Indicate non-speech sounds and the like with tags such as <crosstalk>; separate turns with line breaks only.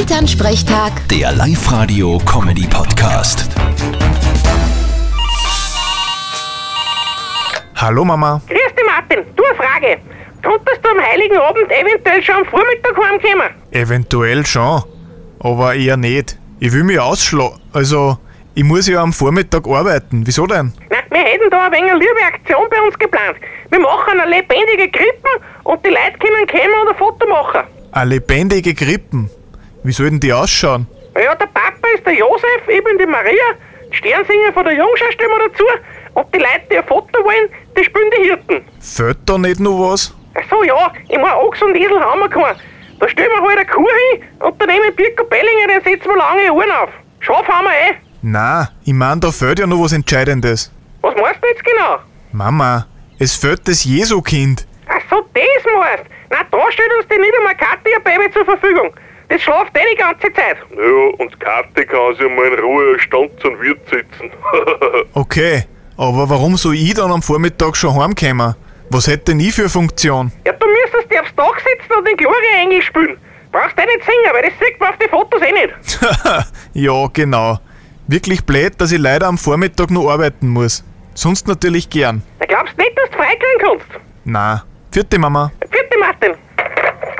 Elternsprechtag,
Der Live-Radio-Comedy-Podcast.
Hallo Mama.
Grüß dich, Martin. Du, eine Frage. Konntest du am Heiligen Abend eventuell schon am Vormittag heimkommen?
Eventuell schon, aber eher nicht. Ich will mich ausschlagen. Also, ich muss ja am Vormittag arbeiten. Wieso denn?
Na, wir hätten da ein wenig eine liebe Aktion bei uns geplant. Wir machen eine lebendige Krippen und die Leute können kommen und ein Foto machen.
Eine lebendige Krippen. Wie sollten die ausschauen?
Ja, der Papa ist der Josef, ich bin die Maria, die Sternsinger von der Jungschau stehen wir dazu und die Leute, die ein Foto wollen, die spielen die Hirten.
Fällt da nicht nur was?
Ach so, ja, ich mein, Ochs und Esel haben wir keinen. Da stellen wir halt eine Kuh hin und dann nehmen wir Birko Bellinger, den setzen wir lange Uhren auf. Schaf haben wir eh.
Na, ich mein, da fällt ja noch was Entscheidendes.
Was meinst du jetzt genau?
Mama, es fällt das Jesu-Kind.
Ach so, das meinst Na, da steht uns die Niedermarkate ihr Baby zur Verfügung. Das schlaft eh die ganze Zeit.
Ja, und Karte kann sich mal in Ruhe Stanz und Wirt sitzen. <laughs>
Okay, aber warum soll ich dann am Vormittag schon heimkommen? Was hätte denn ich für Funktion? <laughs>
Ja, du müsstest dir aufs Dach sitzen und den Gloria Engel spielen. Brauchst du nicht singen, weil das sieht man auf den Fotos eh nicht.
ja, genau. Wirklich blöd, dass ich leider am Vormittag noch arbeiten muss. Sonst natürlich gern.
Da glaubst du nicht, dass du freikriegen kannst.
Na, vierte Mama.
Vierte Martin.